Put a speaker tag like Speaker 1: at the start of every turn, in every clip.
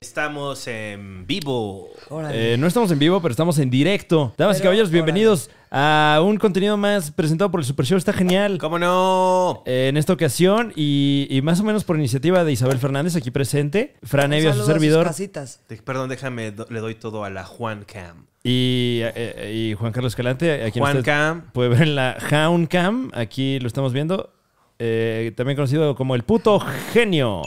Speaker 1: Estamos en vivo.
Speaker 2: Órale.
Speaker 3: Eh, no estamos en vivo, pero estamos en directo. Damas y
Speaker 2: Pero,
Speaker 3: caballeros,
Speaker 2: órale.
Speaker 3: bienvenidos a un contenido más presentado por el Super Show. Está genial.
Speaker 1: ¿Cómo no?
Speaker 3: Eh, En esta ocasión, y, y más o menos por iniciativa de Isabel Fernández, aquí presente, Fran
Speaker 2: Un
Speaker 3: Evia, su
Speaker 2: saludo a sus
Speaker 3: servidor,
Speaker 2: casitas.
Speaker 1: De- perdón, déjame, do- le doy todo a la Juan Cam.
Speaker 3: y, eh, y Juan Carlos Escalante, a quien
Speaker 1: Juan
Speaker 3: usted
Speaker 1: Cam.
Speaker 3: puede ver en la Jaun Cam. Aquí lo estamos viendo, Eh, también conocido como el puto genio.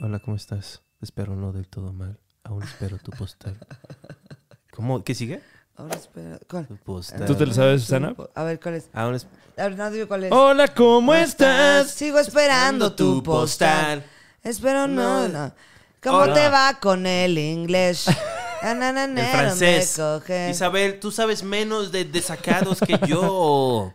Speaker 1: Hola, ¿cómo estás? Espero no del todo mal. Aún espero tu postal. ¿Cómo? ¿Qué sigue?
Speaker 2: Ahora espera. ¿Cuál?
Speaker 1: Tu postal.
Speaker 3: ¿Tú te lo sabes, Susana?
Speaker 2: A ver, ¿cuál es?
Speaker 1: Aún es-
Speaker 2: Hernando, dime ¿cuál es?
Speaker 3: Hola, ¿cómo estás?
Speaker 2: Sigo esperando tu
Speaker 1: tu
Speaker 2: postal.
Speaker 1: postal.
Speaker 2: Espero no.
Speaker 1: No.
Speaker 2: no. ¿Cómo
Speaker 1: Hola.
Speaker 2: te va con el inglés?
Speaker 1: El francés. Isabel, tú sabes menos de desacados que yo.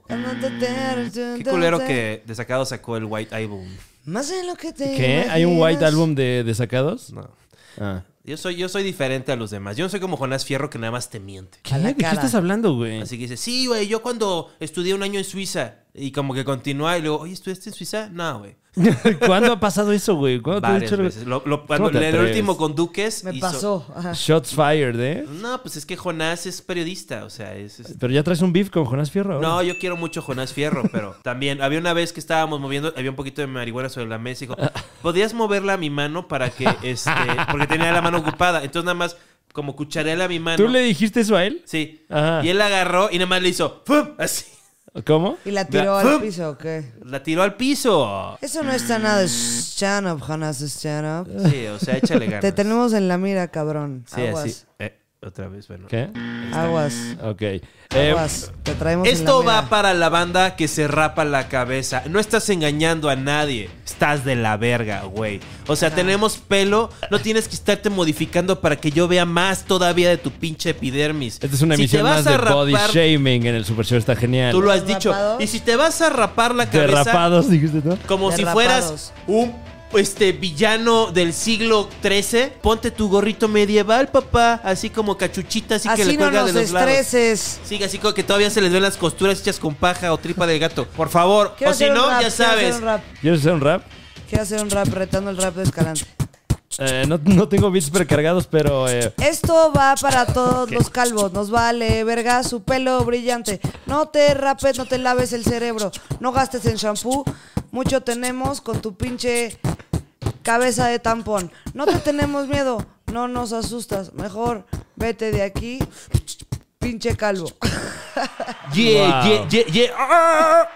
Speaker 1: Qué culero que desacados sacó el White Album.
Speaker 2: Más de lo que te
Speaker 3: ¿Qué? ¿Hay un white
Speaker 2: imaginas.
Speaker 3: álbum de, de sacados?
Speaker 1: No.
Speaker 3: Ah.
Speaker 1: Yo soy, yo soy diferente a los demás. Yo no soy como Jonás Fierro que nada más te miente.
Speaker 3: ¿Qué?
Speaker 2: A la
Speaker 3: ¿De qué
Speaker 2: cara.
Speaker 3: estás hablando, güey?
Speaker 1: Así que dice, sí, güey, yo cuando estudié un año en Suiza y como que continúa y luego, oye, ¿estudiaste en Suiza? No, güey.
Speaker 3: ¿Cuándo ha pasado eso, güey? ¿Cuándo te he
Speaker 1: Varias
Speaker 3: dicho algo?
Speaker 1: veces. Lo- lo-
Speaker 3: ¿Cómo
Speaker 1: cuando-
Speaker 3: te
Speaker 1: el
Speaker 3: atreves?
Speaker 1: último con Duques.
Speaker 2: Me
Speaker 1: hizo-
Speaker 2: pasó. Ajá.
Speaker 3: Shots fired, ¿eh?
Speaker 1: No, pues es que Jonás es periodista, o sea, es... es-
Speaker 3: Pero ya traes un beef con Jonás Fierro. ahora.
Speaker 1: No, yo quiero mucho a Jonás Fierro, pero también había una vez que estábamos moviendo, había un poquito de marihuana sobre la mesa y dijo, ¿podrías moverla a mi mano para que, este, porque tenía la mano ocupada? Entonces nada más como cuchareala a mi mano.
Speaker 3: ¿Tú le dijiste eso a él?
Speaker 1: Sí.
Speaker 3: Ajá.
Speaker 1: Y él la agarró y nada más le hizo, ¡fum! Así.
Speaker 3: ¿Cómo?
Speaker 2: Y la tiró al
Speaker 1: ¡Fum!
Speaker 2: piso, ¿o qué?
Speaker 1: La tiró al piso.
Speaker 2: Eso no está nada de stand up, Jonas, stand up.
Speaker 1: Sí, o sea, échale ganas.
Speaker 2: Te tenemos en la mira, cabrón.
Speaker 1: Sí,
Speaker 2: Aguas.
Speaker 1: así. Eh, otra vez, bueno.
Speaker 3: ¿Qué?
Speaker 2: Aguas.
Speaker 3: Ok. Eh,
Speaker 2: Aguas. Te traemos
Speaker 1: Esto
Speaker 2: en la
Speaker 1: va
Speaker 2: mira.
Speaker 1: para la banda que se rapa la cabeza. No estás engañando a nadie. Estás de la verga, güey. O sea, tenemos pelo. No tienes que estarte modificando para que yo vea más todavía de tu pinche epidermis.
Speaker 3: esta es una
Speaker 1: Si te
Speaker 3: emisión
Speaker 1: vas
Speaker 3: más de
Speaker 1: a rapar,
Speaker 3: body shaming en el Super Show. Está genial.
Speaker 1: Tú lo has dicho.
Speaker 2: ¿Rapados?
Speaker 1: Y si te vas a rapar la cabeza,
Speaker 3: Derrapados, dijiste, ¿no?
Speaker 1: como si
Speaker 2: Derrapados.
Speaker 1: fueras un este villano del siglo XIII, ponte tu gorrito medieval, papá. Así como cachuchita, así, que
Speaker 2: Así
Speaker 1: le
Speaker 2: no
Speaker 1: cuelga
Speaker 2: nos
Speaker 1: de los lados.
Speaker 2: estreses.
Speaker 1: Sí, así como que todavía se les ven las costuras hechas con paja o tripa del gato. Por favor.
Speaker 2: Quiero
Speaker 1: o si
Speaker 2: hacer un
Speaker 1: no,
Speaker 2: rap,
Speaker 1: ya
Speaker 2: quiero hacer
Speaker 1: sabes.
Speaker 2: un rap.
Speaker 3: ¿Quieres hacer un rap?
Speaker 2: Quiero hacer un rap retando el rap de Escalante.
Speaker 3: Eh, no, no tengo beats precargados, pero... eh,
Speaker 2: Esto va para todos los calvos. Nos vale verga su pelo brillante. No te rapes, no te laves el cerebro. No gastes en shampoo. Mucho tenemos con tu pinche cabeza de tampón. No te tenemos miedo. No nos asustas. Mejor vete de aquí, pinche calvo.
Speaker 1: Yeah, yeah,
Speaker 3: Wow.
Speaker 1: yeah, yeah. Ah.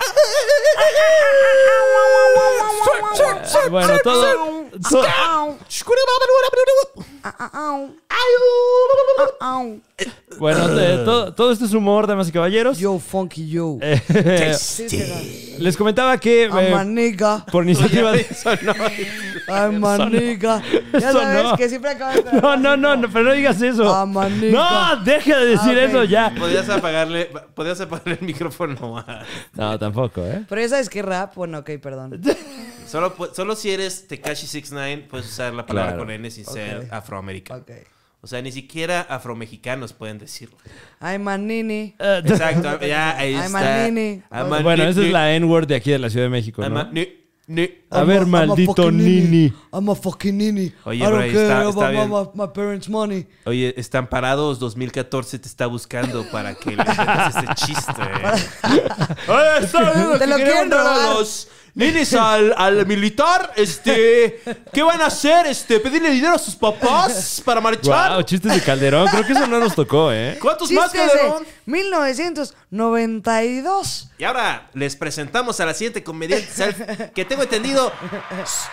Speaker 3: eh, bueno, todo... so-
Speaker 2: Ah, ah, au. Ah, au.
Speaker 3: bueno, eh, todo, todo esto es humor, damas y caballeros.
Speaker 2: Yo, funky, yo.
Speaker 3: Eh,
Speaker 2: Sí, sí,
Speaker 3: les comentaba que...
Speaker 2: sí. I'm a
Speaker 3: eh,
Speaker 2: nigga.
Speaker 3: por iniciativa de...
Speaker 2: I'm a nigga. Ya
Speaker 3: Eso
Speaker 2: sabes
Speaker 3: no.
Speaker 2: que siempre acabas de...
Speaker 3: No, no, no, no, pero no digas eso.
Speaker 2: Ah, manica.
Speaker 3: no, deja de decir
Speaker 2: Ah, ok.
Speaker 3: eso ya.
Speaker 1: Podrías apagarle, podrías apagarle el micrófono. a-
Speaker 3: No, tampoco, ¿eh?
Speaker 2: Pero ya sabes que rap, bueno, ok, perdón.
Speaker 1: Solo, pu- solo si eres Tekashi 69 puedes usar la palabra
Speaker 3: Claro.
Speaker 1: con N sin ser
Speaker 2: Ok.
Speaker 1: afroamericano.
Speaker 2: Ok.
Speaker 1: O sea, ni siquiera afromexicanos pueden decirlo.
Speaker 2: I'm a nini.
Speaker 3: Eh,
Speaker 1: Exacto, ya ahí está.
Speaker 2: Ay,
Speaker 1: Ah,
Speaker 2: Manini.
Speaker 1: I'm a
Speaker 3: bueno,
Speaker 1: ni-
Speaker 3: esa es
Speaker 1: ni-
Speaker 3: la N-word de aquí de la Ciudad de México,
Speaker 1: I'm a
Speaker 3: ¿no?
Speaker 1: ni- ni-
Speaker 3: A ver, maldito
Speaker 2: fucking
Speaker 3: nini.
Speaker 2: I'm a fucking nini.
Speaker 1: Oye,
Speaker 2: I don't
Speaker 1: bro, ahí
Speaker 2: care
Speaker 1: está-
Speaker 2: about
Speaker 1: está bien.
Speaker 2: My, my parents' money.
Speaker 1: Oye, están parados 2014 te está buscando para que le hagas este chiste. Oye, está viendo
Speaker 2: Te
Speaker 1: que
Speaker 2: lo quieren
Speaker 1: quieren robar
Speaker 2: robar.
Speaker 1: a los nenes al, al militar, este, ¿qué van a hacer? Este, pedirle dinero a sus papás para marchar.
Speaker 3: Wow, chistes de Calderón. Creo que eso no nos tocó, ¿eh?
Speaker 1: ¿Cuántos más
Speaker 2: Chistes
Speaker 1: quedaron?
Speaker 2: de 1992.
Speaker 1: Y ahora les presentamos a la siguiente comediante sal- que tengo entendido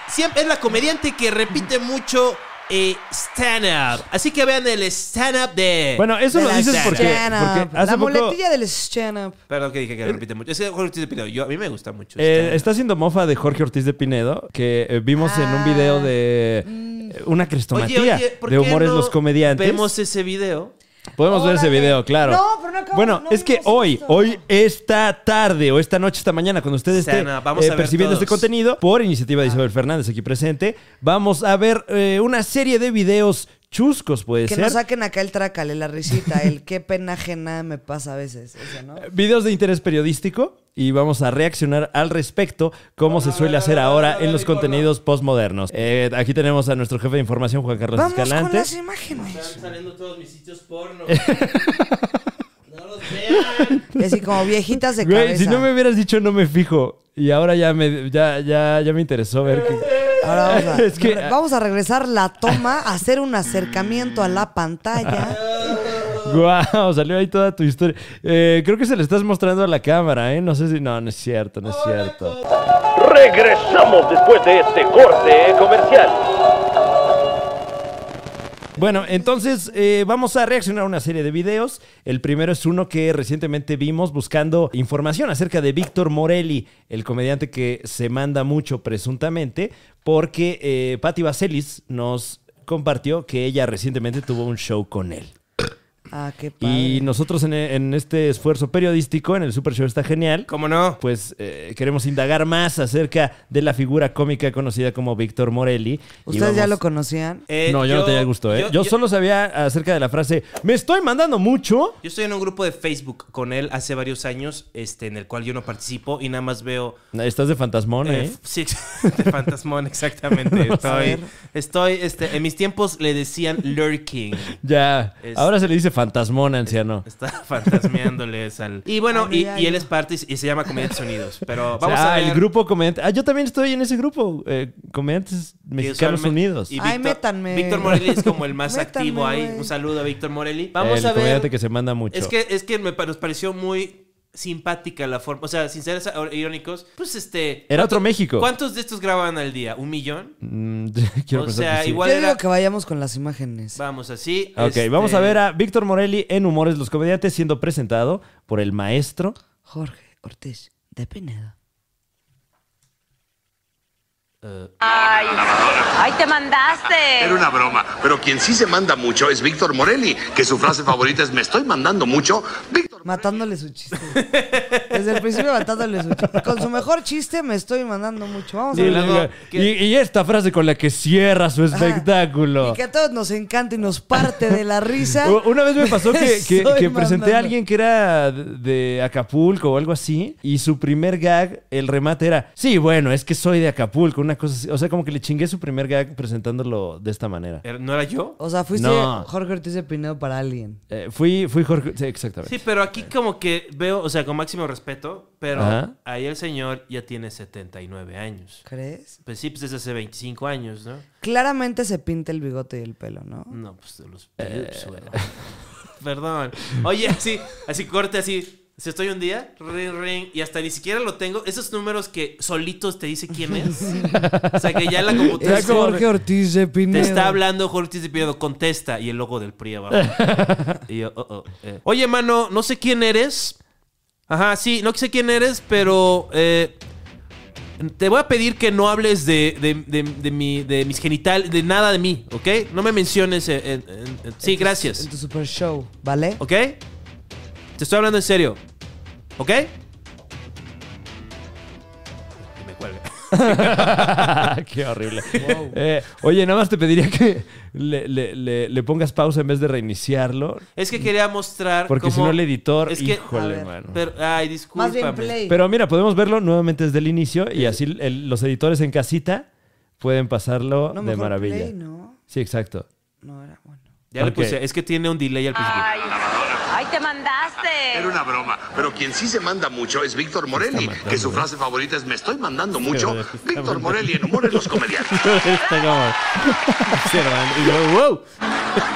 Speaker 1: siempre es la comediante que repite mucho eh, stand up. Así que vean el stand up de
Speaker 3: Bueno, eso
Speaker 2: De
Speaker 3: lo
Speaker 2: la
Speaker 3: dices porque,
Speaker 2: stand-up.
Speaker 3: porque hace
Speaker 2: La
Speaker 3: poco
Speaker 2: muletilla del stand-up.
Speaker 1: Perdón que dije que repite mucho. Es que Jorge Ortiz de Pinedo, yo, a mí me gusta mucho.
Speaker 3: eh,
Speaker 1: stand-up.
Speaker 3: está haciendo mofa de Jorge Ortiz de Pinedo, que eh, vimos en un video de
Speaker 2: Ah.
Speaker 3: eh, una crestomatía
Speaker 1: ¿por
Speaker 3: de
Speaker 1: qué
Speaker 3: humores
Speaker 1: no
Speaker 3: los comediantes.
Speaker 1: Vemos ese video.
Speaker 3: Podemos ver ese
Speaker 2: Órale.
Speaker 3: video, claro.
Speaker 2: No, pero no acabamos-
Speaker 3: Bueno,
Speaker 2: no
Speaker 3: es que
Speaker 2: vimos
Speaker 3: hoy,
Speaker 2: esto.
Speaker 3: hoy esta tarde o esta noche, esta mañana, cuando ustedes
Speaker 1: Sana,
Speaker 3: estén
Speaker 1: vamos a ver
Speaker 3: percibiendo
Speaker 1: todos.
Speaker 3: este
Speaker 2: Ah.
Speaker 3: contenido, por iniciativa de Isabel Fernández aquí presente, vamos a ver eh, una eh, serie de videos chuscos puede
Speaker 2: Que
Speaker 3: ser.
Speaker 2: nos saquen acá el trácale, la risita, el qué pena ajena me pasa a veces. Ese, ¿no?
Speaker 3: Videos de interés periodístico y vamos a reaccionar al respecto, como se suele hacer ahora en los contenidos postmodernos. Eh, aquí tenemos a nuestro jefe de información, Juan Carlos
Speaker 2: Vamos con
Speaker 3: Escalante.
Speaker 2: las imágenes.
Speaker 1: Están saliendo todos mis sitios porno. no los vean.
Speaker 2: Y así como viejitas de
Speaker 3: Güey,
Speaker 2: cabeza.
Speaker 3: si no me hubieras dicho, no me fijo. Y ahora ya me, ya, ya, ya me interesó ver que.
Speaker 2: Ahora vamos a,
Speaker 3: Es que-
Speaker 2: re- vamos a regresar la toma, a hacer un acercamiento a la pantalla.
Speaker 3: ¡Guau! Salió ahí toda tu historia. Eh, creo que se le estás mostrando a la cámara, ¿eh? No sé si. No, no es cierto, no es cierto.
Speaker 4: Regresamos después de este corte comercial.
Speaker 3: Bueno, entonces eh, vamos a reaccionar a una serie de videos. El primero es uno que recientemente vimos buscando información acerca de Víctor Morelli, el comediante que se manda mucho presuntamente, porque eh, Patti Vaselis nos compartió que ella recientemente tuvo un show con él.
Speaker 2: Ah, qué
Speaker 3: Y
Speaker 2: padre.
Speaker 3: nosotros en, en este esfuerzo periodístico, en el Super Show está genial,
Speaker 1: ¿Cómo no?
Speaker 3: pues eh, queremos indagar más acerca de la figura cómica conocida como Víctor Morelli. Y
Speaker 2: ¿Ustedes ya
Speaker 3: vamos-
Speaker 2: lo conocían?
Speaker 1: Eh,
Speaker 3: no, yo, no tenía el gusto, ¿eh? Yo, solo sabía acerca de la frase, me estoy mandando mucho.
Speaker 1: Yo estoy en un grupo de Facebook con él hace varios años, este, en el cual yo no participo y nada más veo.
Speaker 3: Estás de fantasmón,
Speaker 1: eh,
Speaker 3: ¿eh?
Speaker 1: f- sí, de Fantasmón, exactamente. Estoy, estoy, este, en mis tiempos le decían lurking.
Speaker 3: Ya,
Speaker 1: Es-
Speaker 3: ahora se le dice fantasmón, anciano.
Speaker 1: Está fantasmeándoles al. Y bueno,
Speaker 2: Ay,
Speaker 1: y-
Speaker 2: mira,
Speaker 1: y, él
Speaker 2: yo.
Speaker 1: es parte y, y se llama Comediantes Sonidos. Pero
Speaker 3: O sea,
Speaker 1: vamos a
Speaker 3: ah,
Speaker 1: ver.
Speaker 3: el grupo comediante. Ah, yo también estoy en ese grupo, eh, Comediantes
Speaker 1: que
Speaker 3: Mexicanos
Speaker 1: usualmente-
Speaker 3: Unidos.
Speaker 1: y
Speaker 2: Ay,
Speaker 1: Víctor-
Speaker 2: métanme.
Speaker 1: Víctor Morelli es como el más
Speaker 2: Métanme,
Speaker 1: activo ahí.
Speaker 2: güey.
Speaker 1: Un saludo a Víctor Morelli. Vamos
Speaker 3: el
Speaker 1: a ver.
Speaker 3: comediante que se manda mucho.
Speaker 1: Es que, es que me pa- nos pareció muy simpática la forma. O sea, sin ser sa- irónicos, pues este.
Speaker 3: Era otro
Speaker 1: ¿cuánto-
Speaker 3: México.
Speaker 1: ¿Cuántos de estos grababan al día? ¿Un millón?
Speaker 3: Mm, quiero
Speaker 1: O
Speaker 3: pensar
Speaker 1: sea,
Speaker 3: que sí.
Speaker 1: igual- ¿cuál
Speaker 2: Yo
Speaker 1: era?
Speaker 2: digo que vayamos con las imágenes.
Speaker 1: Vamos así.
Speaker 3: Ok,
Speaker 1: este,
Speaker 3: vamos a ver a Víctor Morelli en Humores los Comediantes siendo presentado por el maestro.
Speaker 2: Jorge Ortiz de Pinedo.
Speaker 5: Ay, ay, te mandaste.
Speaker 6: Era una broma, pero quien sí se manda mucho es Víctor Morelli, que su frase favorita es me estoy mandando mucho. Víctor
Speaker 2: Matándole su chiste. Desde el principio matándole su chiste. Con su mejor chiste me estoy mandando mucho. Vamos a
Speaker 3: Y,
Speaker 2: ver.
Speaker 1: luego,
Speaker 3: y- y esta frase con la que cierra su espectáculo.
Speaker 2: Y que a todos nos encanta y nos parte de la risa.
Speaker 3: U- Una vez me pasó que, que-
Speaker 2: Estoy
Speaker 3: que presenté
Speaker 2: mamando.
Speaker 3: a alguien que era de de Acapulco o algo así, y su primer gag, el remate era, sí, bueno, es que soy de Acapulco, una cosa así. O sea, como que le chingué su primer gag presentándolo de esta manera.
Speaker 2: Eh.
Speaker 1: ¿er- ¿No era yo?
Speaker 2: O sea, fuiste
Speaker 3: No.
Speaker 2: Jorge Ortiz de Pinedo para alguien.
Speaker 3: Eh, fui, fui Jorge. Sí, exactamente.
Speaker 1: Sí, pero aquí como que veo, o sea, con máximo respeto, pero
Speaker 3: Ajá.
Speaker 1: ahí el señor ya tiene 79 años.
Speaker 2: ¿Crees?
Speaker 1: Pues sí, pues es hace 25 años, ¿no?
Speaker 2: Claramente se pinta el bigote y el pelo, ¿no?
Speaker 1: No, pues de los
Speaker 3: Eh.
Speaker 1: pibes, güey. Perdón. Oye, así, así corte, así. Si estoy un día, ring, ring, y hasta ni siquiera lo tengo. Esos números que solitos te dice quién es. O sea, que ya la computadora
Speaker 2: Es
Speaker 1: te,
Speaker 2: Jorge Ortiz de Pinedo.
Speaker 1: está hablando, Jorge Ortiz de Pinedo, contesta. Y el logo del PRI abajo. Y yo, oh, oh, eh. Oye, mano, no sé quién eres. Ajá, sí, no sé quién eres, pero eh, te voy a pedir que no hables de, de, de- de mi, de mis genitales, de nada de mí, ¿ok? No me menciones. eh, en- en- en- sí, gracias.
Speaker 2: En tu super show, ¿vale?
Speaker 1: ¿Ok? Te estoy hablando en serio. ¿Ok? Y me cuelga.
Speaker 3: Qué horrible. Eh, oye, nada más te pediría que le, le- le- le pongas pausa en vez de reiniciarlo.
Speaker 1: Es que quería mostrar.
Speaker 3: Porque si
Speaker 1: cómo-
Speaker 3: no, el editor.
Speaker 1: Es que-
Speaker 3: híjole,
Speaker 2: A ver.
Speaker 3: mano.
Speaker 1: Pero, ay,
Speaker 2: Más
Speaker 1: discúlpame.
Speaker 2: bien play.
Speaker 3: Pero mira, podemos verlo nuevamente desde el inicio y así el- los editores en casita pueden pasarlo
Speaker 2: No,
Speaker 3: de
Speaker 2: mejor
Speaker 3: maravilla.
Speaker 2: play, ¿no?
Speaker 3: Sí, exacto.
Speaker 2: No era bueno.
Speaker 1: Ya le
Speaker 3: Ok.
Speaker 1: puse. Es que tiene un delay al principio.
Speaker 5: Ay, ay, te mandaste.
Speaker 6: Era una broma, pero quien sí se manda mucho es Víctor Morelli, que su frase favorita es me estoy mandando mucho. Víctor Morelli en Humores los Comediantes.
Speaker 1: Este,
Speaker 3: Está como observando. Y luego, wow.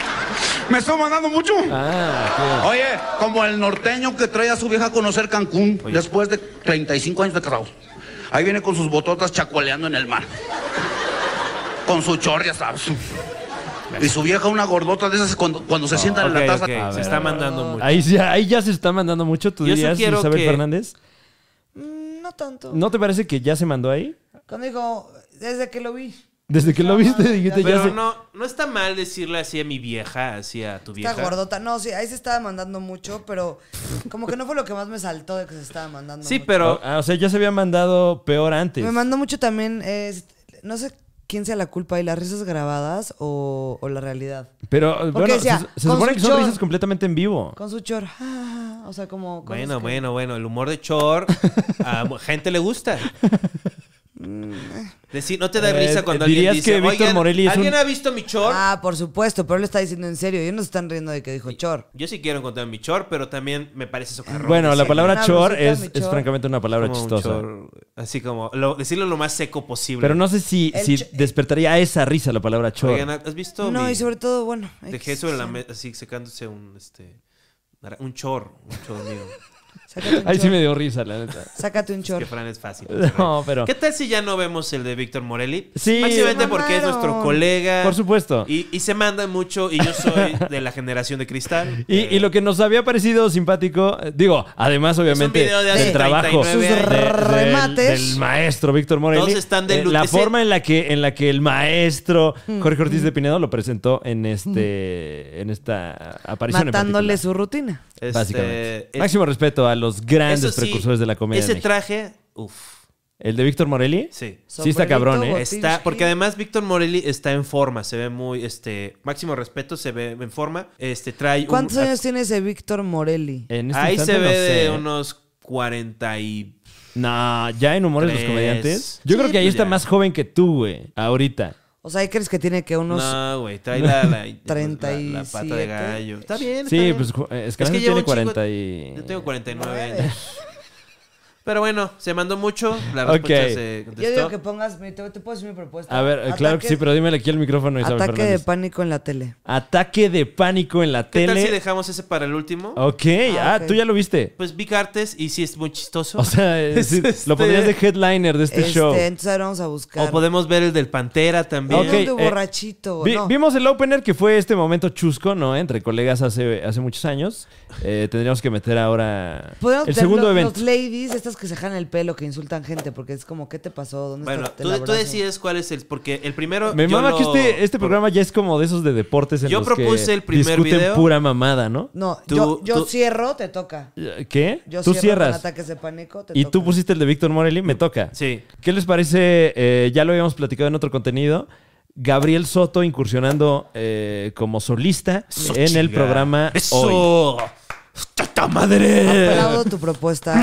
Speaker 7: Me estoy mandando mucho.
Speaker 3: Ah,
Speaker 7: Oye, como el norteño que trae a su vieja a conocer Cancún después de 35 años de casados. Ahí viene con sus bototas chacoleando en el mar. Con su chor, ya sabes. Y su vieja una gordota de esas cuando, cuando se sientan
Speaker 1: Ah, Ok,
Speaker 7: en la taza.
Speaker 1: ok, Se está mandando
Speaker 3: qué-
Speaker 1: mucho.
Speaker 3: ahí, ya, ahí ya se está mandando mucho, tú
Speaker 1: Yo
Speaker 3: dirías,
Speaker 1: sugiero
Speaker 3: Isabel
Speaker 1: que-
Speaker 3: Fernández.
Speaker 2: Mm, No tanto.
Speaker 3: ¿No te parece que ya se mandó ahí?
Speaker 2: Cuando digo, desde que lo vi.
Speaker 3: Desde que lo viste, dijiste, ya
Speaker 1: Pero
Speaker 3: se...
Speaker 1: no, no está mal decirle así a mi vieja, así a tu vieja.
Speaker 2: Está gordota. No, sí, ahí se estaba mandando mucho, pero como que no fue lo que más me saltó de que se estaba mandando.
Speaker 1: Sí,
Speaker 2: mucho.
Speaker 1: pero
Speaker 3: Ah, o sea, ya se había mandado peor antes.
Speaker 2: Me mandó mucho también. eh, no sé quién sea la culpa y las risas grabadas o, o la realidad.
Speaker 3: Pero bueno,
Speaker 2: Porque decía,
Speaker 3: se, se
Speaker 2: con
Speaker 3: supone
Speaker 2: su
Speaker 3: que son
Speaker 2: chor-
Speaker 3: risas completamente en vivo.
Speaker 2: Con su chor. ah, o sea, como. con
Speaker 1: Bueno,
Speaker 2: los que-
Speaker 1: bueno, bueno, el humor de Chor a mu- gente le gusta. Decir, no te da
Speaker 3: Eh,
Speaker 1: risa cuando
Speaker 3: dirías
Speaker 1: alguien dice,
Speaker 3: que Víctor
Speaker 1: "Oigan,
Speaker 3: Morelli es
Speaker 1: ¿alguien
Speaker 3: un-
Speaker 1: ha visto mi Chor?
Speaker 2: Ah, por supuesto, pero él lo está diciendo en serio. Ellos no se están riendo de que dijo chor.
Speaker 1: Yo sí quiero encontrar mi Chor, pero también me parece socarrón.
Speaker 3: Bueno, la
Speaker 1: decirlo.
Speaker 3: palabra
Speaker 2: una
Speaker 3: chor
Speaker 2: blusita,
Speaker 3: es,
Speaker 2: mi
Speaker 3: es
Speaker 2: chor.
Speaker 3: francamente una palabra
Speaker 1: Como un
Speaker 3: chistosa.
Speaker 1: chor, así como, lo- decirlo lo más seco posible.
Speaker 3: Pero no sé si,
Speaker 2: El
Speaker 3: si
Speaker 2: cho-
Speaker 3: despertaría esa risa la palabra chor.
Speaker 1: Oigan, ¿has visto
Speaker 2: No,
Speaker 1: mi-
Speaker 2: y sobre todo, bueno.
Speaker 1: Dejé
Speaker 2: X,
Speaker 1: sobre la
Speaker 2: sí.
Speaker 1: mesa, así secándose un, este, nara- un chor, un chor mío.
Speaker 2: Sácate un
Speaker 3: Ahí sí
Speaker 2: chor.
Speaker 3: me dio risa, la neta.
Speaker 2: Sácate un chor.
Speaker 1: que Fran es fácil.
Speaker 3: No, pero-
Speaker 1: ¿Qué tal si ya no vemos el de Víctor Morelli?
Speaker 3: Sí.
Speaker 1: Básicamente
Speaker 2: Mamaron.
Speaker 1: porque es nuestro colega.
Speaker 3: Por supuesto.
Speaker 1: Y, y se manda mucho y yo soy de la generación de cristal.
Speaker 3: Y, y lo que nos había parecido simpático, eh, digo, además obviamente
Speaker 1: video de hace
Speaker 3: del trabajo
Speaker 1: 39
Speaker 2: Sus años. remates.
Speaker 3: del maestro Víctor Morelli,
Speaker 1: Todos están de
Speaker 3: eh,
Speaker 1: luto.
Speaker 3: la
Speaker 1: Ese-
Speaker 3: forma en la que en la que el maestro
Speaker 2: Mm,
Speaker 3: Jorge Ortiz de Pinedo lo presentó en este en esta aparición en
Speaker 2: Matándole
Speaker 3: particular,
Speaker 2: su rutina.
Speaker 1: Este,
Speaker 3: básicamente.
Speaker 1: es-
Speaker 3: Máximo respeto a los grandes
Speaker 1: Eh, eso sí,
Speaker 3: precursores de la comedia. en
Speaker 1: Ese
Speaker 3: México.
Speaker 1: traje, uff,
Speaker 3: el de Víctor Morelli,
Speaker 1: sí.
Speaker 3: Sí está cabrón, ¿eh?
Speaker 2: Sombrerito,
Speaker 1: Está,
Speaker 2: botín,
Speaker 1: porque además Víctor Morelli está en forma, se ve muy, este, máximo respeto, se ve en forma. Este trae un- Eh.
Speaker 2: ¿Cuántos años tiene ese Víctor Morelli?
Speaker 3: en este
Speaker 1: Ahí
Speaker 3: instante
Speaker 1: se ve
Speaker 3: no sé.
Speaker 1: de unos 40 y
Speaker 3: No, ya en Humores de los
Speaker 1: Tres.
Speaker 3: Comediantes. Yo
Speaker 1: Sí,
Speaker 3: creo que ahí
Speaker 1: pues
Speaker 3: está
Speaker 1: ya.
Speaker 3: más joven que tú, güey, ahorita.
Speaker 2: O sea, ¿y crees que tiene que unos.
Speaker 1: No, güey, trae la, la,
Speaker 2: Treinta
Speaker 1: la-
Speaker 2: y
Speaker 1: la pata de
Speaker 2: siete.
Speaker 1: gallo. Está bien. está
Speaker 3: Sí,
Speaker 1: bien.
Speaker 3: pues ju- eh,
Speaker 1: lleva
Speaker 3: Escalante tiene
Speaker 1: un chingo-
Speaker 3: 40 y...
Speaker 1: Yo tengo 49 años. Pero bueno, se mandó mucho. La
Speaker 3: Ok.
Speaker 1: respuesta se contestó.
Speaker 2: Yo digo que pongas. mi- Te, te puedo decir mi propuesta.
Speaker 3: A ver, eh, claro que sí, pero dímele aquí al micrófono, Isabel
Speaker 2: Ataque de
Speaker 3: Fernández.
Speaker 2: pánico en la tele.
Speaker 3: Ataque de pánico en la
Speaker 1: ¿Qué
Speaker 3: tele.
Speaker 1: tal si dejamos ese para el último?
Speaker 3: Ok, ah,
Speaker 2: Ah, ok.
Speaker 3: tú ya lo viste.
Speaker 1: Pues Vic Artes, y sí es muy chistoso.
Speaker 3: O sea, eh,
Speaker 1: Es
Speaker 3: sí,
Speaker 1: este-
Speaker 3: lo pondrías de headliner de este,
Speaker 2: Este,
Speaker 3: show.
Speaker 2: entonces ahora vamos a buscar.
Speaker 1: O podemos ver el del Pantera también.
Speaker 3: Ok,
Speaker 2: Uno de
Speaker 3: eh,
Speaker 2: borrachito.
Speaker 3: Vi-
Speaker 2: no.
Speaker 3: Vimos el opener que fue este momento chusco, ¿no? Entre colegas hace, hace muchos años. Eh, tendríamos que meter ahora
Speaker 2: Podemos
Speaker 3: el
Speaker 2: tener
Speaker 3: segundo
Speaker 2: los,
Speaker 3: evento.
Speaker 2: los ladies, estas que se jalan el pelo, que insultan gente, porque es como, ¿qué te pasó? ¿Dónde
Speaker 1: Bueno,
Speaker 2: está
Speaker 1: tú, tú decides cuál es el. Porque el primero.
Speaker 3: Me
Speaker 1: yo
Speaker 3: mama
Speaker 1: lo-
Speaker 3: que este, este programa ya es como de esos de deportes en
Speaker 1: Yo
Speaker 3: los que
Speaker 1: propuse el primer
Speaker 3: discuten
Speaker 1: video.
Speaker 3: pura mamada, ¿no?
Speaker 2: No,
Speaker 1: Tú-
Speaker 2: yo, yo
Speaker 1: tú-
Speaker 2: cierro, te toca.
Speaker 3: ¿Qué?
Speaker 2: Yo cierro
Speaker 3: tú
Speaker 2: con
Speaker 3: cierras.
Speaker 2: ataques de pánico, te
Speaker 3: Y
Speaker 2: toca.
Speaker 3: tú pusiste el de Víctor Morelli, me toca.
Speaker 1: Sí.
Speaker 3: ¿Qué les parece? eh, ya lo habíamos platicado en otro contenido. Gabriel Soto incursionando eh, como solista
Speaker 1: Eso,
Speaker 3: en el
Speaker 1: chinga.
Speaker 3: programa hoy.
Speaker 1: ¡Eso! ¡Tata madre!
Speaker 2: Aplaudo tu propuesta.